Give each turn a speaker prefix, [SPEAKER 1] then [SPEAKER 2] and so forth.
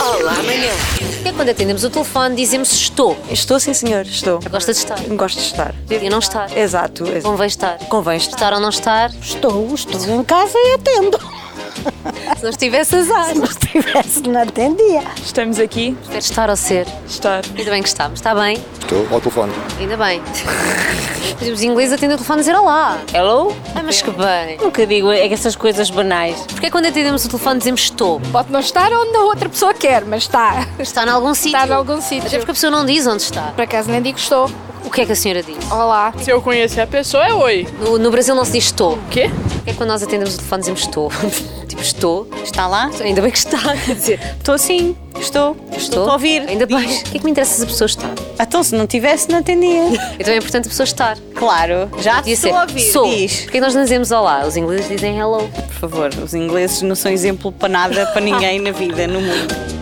[SPEAKER 1] Olá, amanhã.
[SPEAKER 2] É quando atendemos o telefone, dizemos estou.
[SPEAKER 3] Estou sim, senhor, estou.
[SPEAKER 2] Gosta de estar.
[SPEAKER 3] Gosto de estar.
[SPEAKER 2] Podia não estar.
[SPEAKER 3] Exato. ex-
[SPEAKER 2] Convém estar.
[SPEAKER 3] Convém estar.
[SPEAKER 2] Estar ou não estar, se
[SPEAKER 1] Estou, estou em casa e atendo.
[SPEAKER 2] não estivesse azar.
[SPEAKER 1] Mas se tivesse, não atendia.
[SPEAKER 4] Estamos aqui.
[SPEAKER 2] Prefere estar ou ser.
[SPEAKER 4] Estar.
[SPEAKER 2] Ainda bem que estamos. Está bem?
[SPEAKER 5] Estou ao telefone.
[SPEAKER 2] Ainda bem. Por exemplo, Os ingleses atendem o telefone e dizer olá.
[SPEAKER 6] Hello?
[SPEAKER 2] Ah, mas que bem.
[SPEAKER 6] Nunca digo é que essas coisas banais.
[SPEAKER 2] Porque é quando atendemos o telefone dizemos estou.
[SPEAKER 7] Pode não estar onde a outra pessoa quer, mas está.
[SPEAKER 2] Está em algum sítio.
[SPEAKER 7] Está em algum
[SPEAKER 2] Até
[SPEAKER 7] sítio.
[SPEAKER 2] porque a pessoa não diz onde está.
[SPEAKER 7] Por acaso nem digo estou.
[SPEAKER 2] O que é que a senhora diz?
[SPEAKER 7] Olá.
[SPEAKER 4] Se eu conhecer a pessoa, é oi.
[SPEAKER 2] No, no Brasil não se diz estou.
[SPEAKER 4] O quê?
[SPEAKER 2] Porque é quando nós atendemos o telefone dizemos estou. tipo, estou. Está lá? Ainda bem que está. Quer dizer,
[SPEAKER 6] Estou sim, estou. Estou a ouvir.
[SPEAKER 2] Ainda bem. O que é que me interessa se a pessoa está?
[SPEAKER 6] Então, se não tivesse, não atendia.
[SPEAKER 2] Então é importante a pessoa estar.
[SPEAKER 6] Claro,
[SPEAKER 2] Podia
[SPEAKER 6] já Ah, estou
[SPEAKER 2] ser,
[SPEAKER 6] a ouvir.
[SPEAKER 2] Sou.
[SPEAKER 6] Diz.
[SPEAKER 2] Porque nós não dizemos olá, os ingleses dizem hello.
[SPEAKER 6] Por favor, os ingleses não são exemplo para nada, para ninguém na vida, no mundo.